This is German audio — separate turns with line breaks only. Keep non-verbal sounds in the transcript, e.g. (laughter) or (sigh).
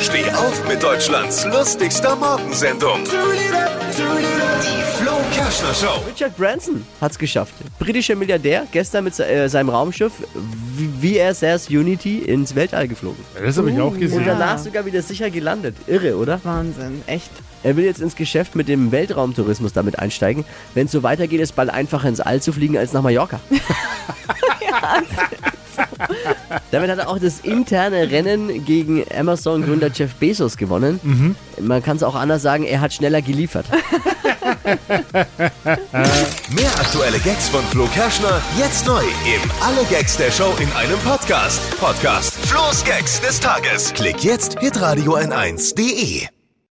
Steh auf mit Deutschlands lustigster Morgensendung. Die Flo Kerschner Show.
Richard Branson hat es geschafft. Britischer Milliardär, gestern mit se äh, seinem Raumschiff V- VSS Unity ins Weltall geflogen.
Das habe ich auch
Und
gesehen.
danach sogar wieder sicher gelandet. Irre, oder?
Wahnsinn, echt.
Er will jetzt ins Geschäft mit dem Weltraumtourismus damit einsteigen. Wenn es so weitergeht, ist bald einfacher ins All zu fliegen als nach Mallorca. (laughs) damit hat er auch das interne Rennen gegen Amazon-Gründer Jeff Bezos gewonnen. Man kann es auch anders sagen, er hat schneller geliefert.
Mehr aktuelle Gags von Flo Kerschner jetzt neu im Alle Gags der Show in einem Podcast. Podcast Flo's Gags des Tages. Klick jetzt hitradio n1.de.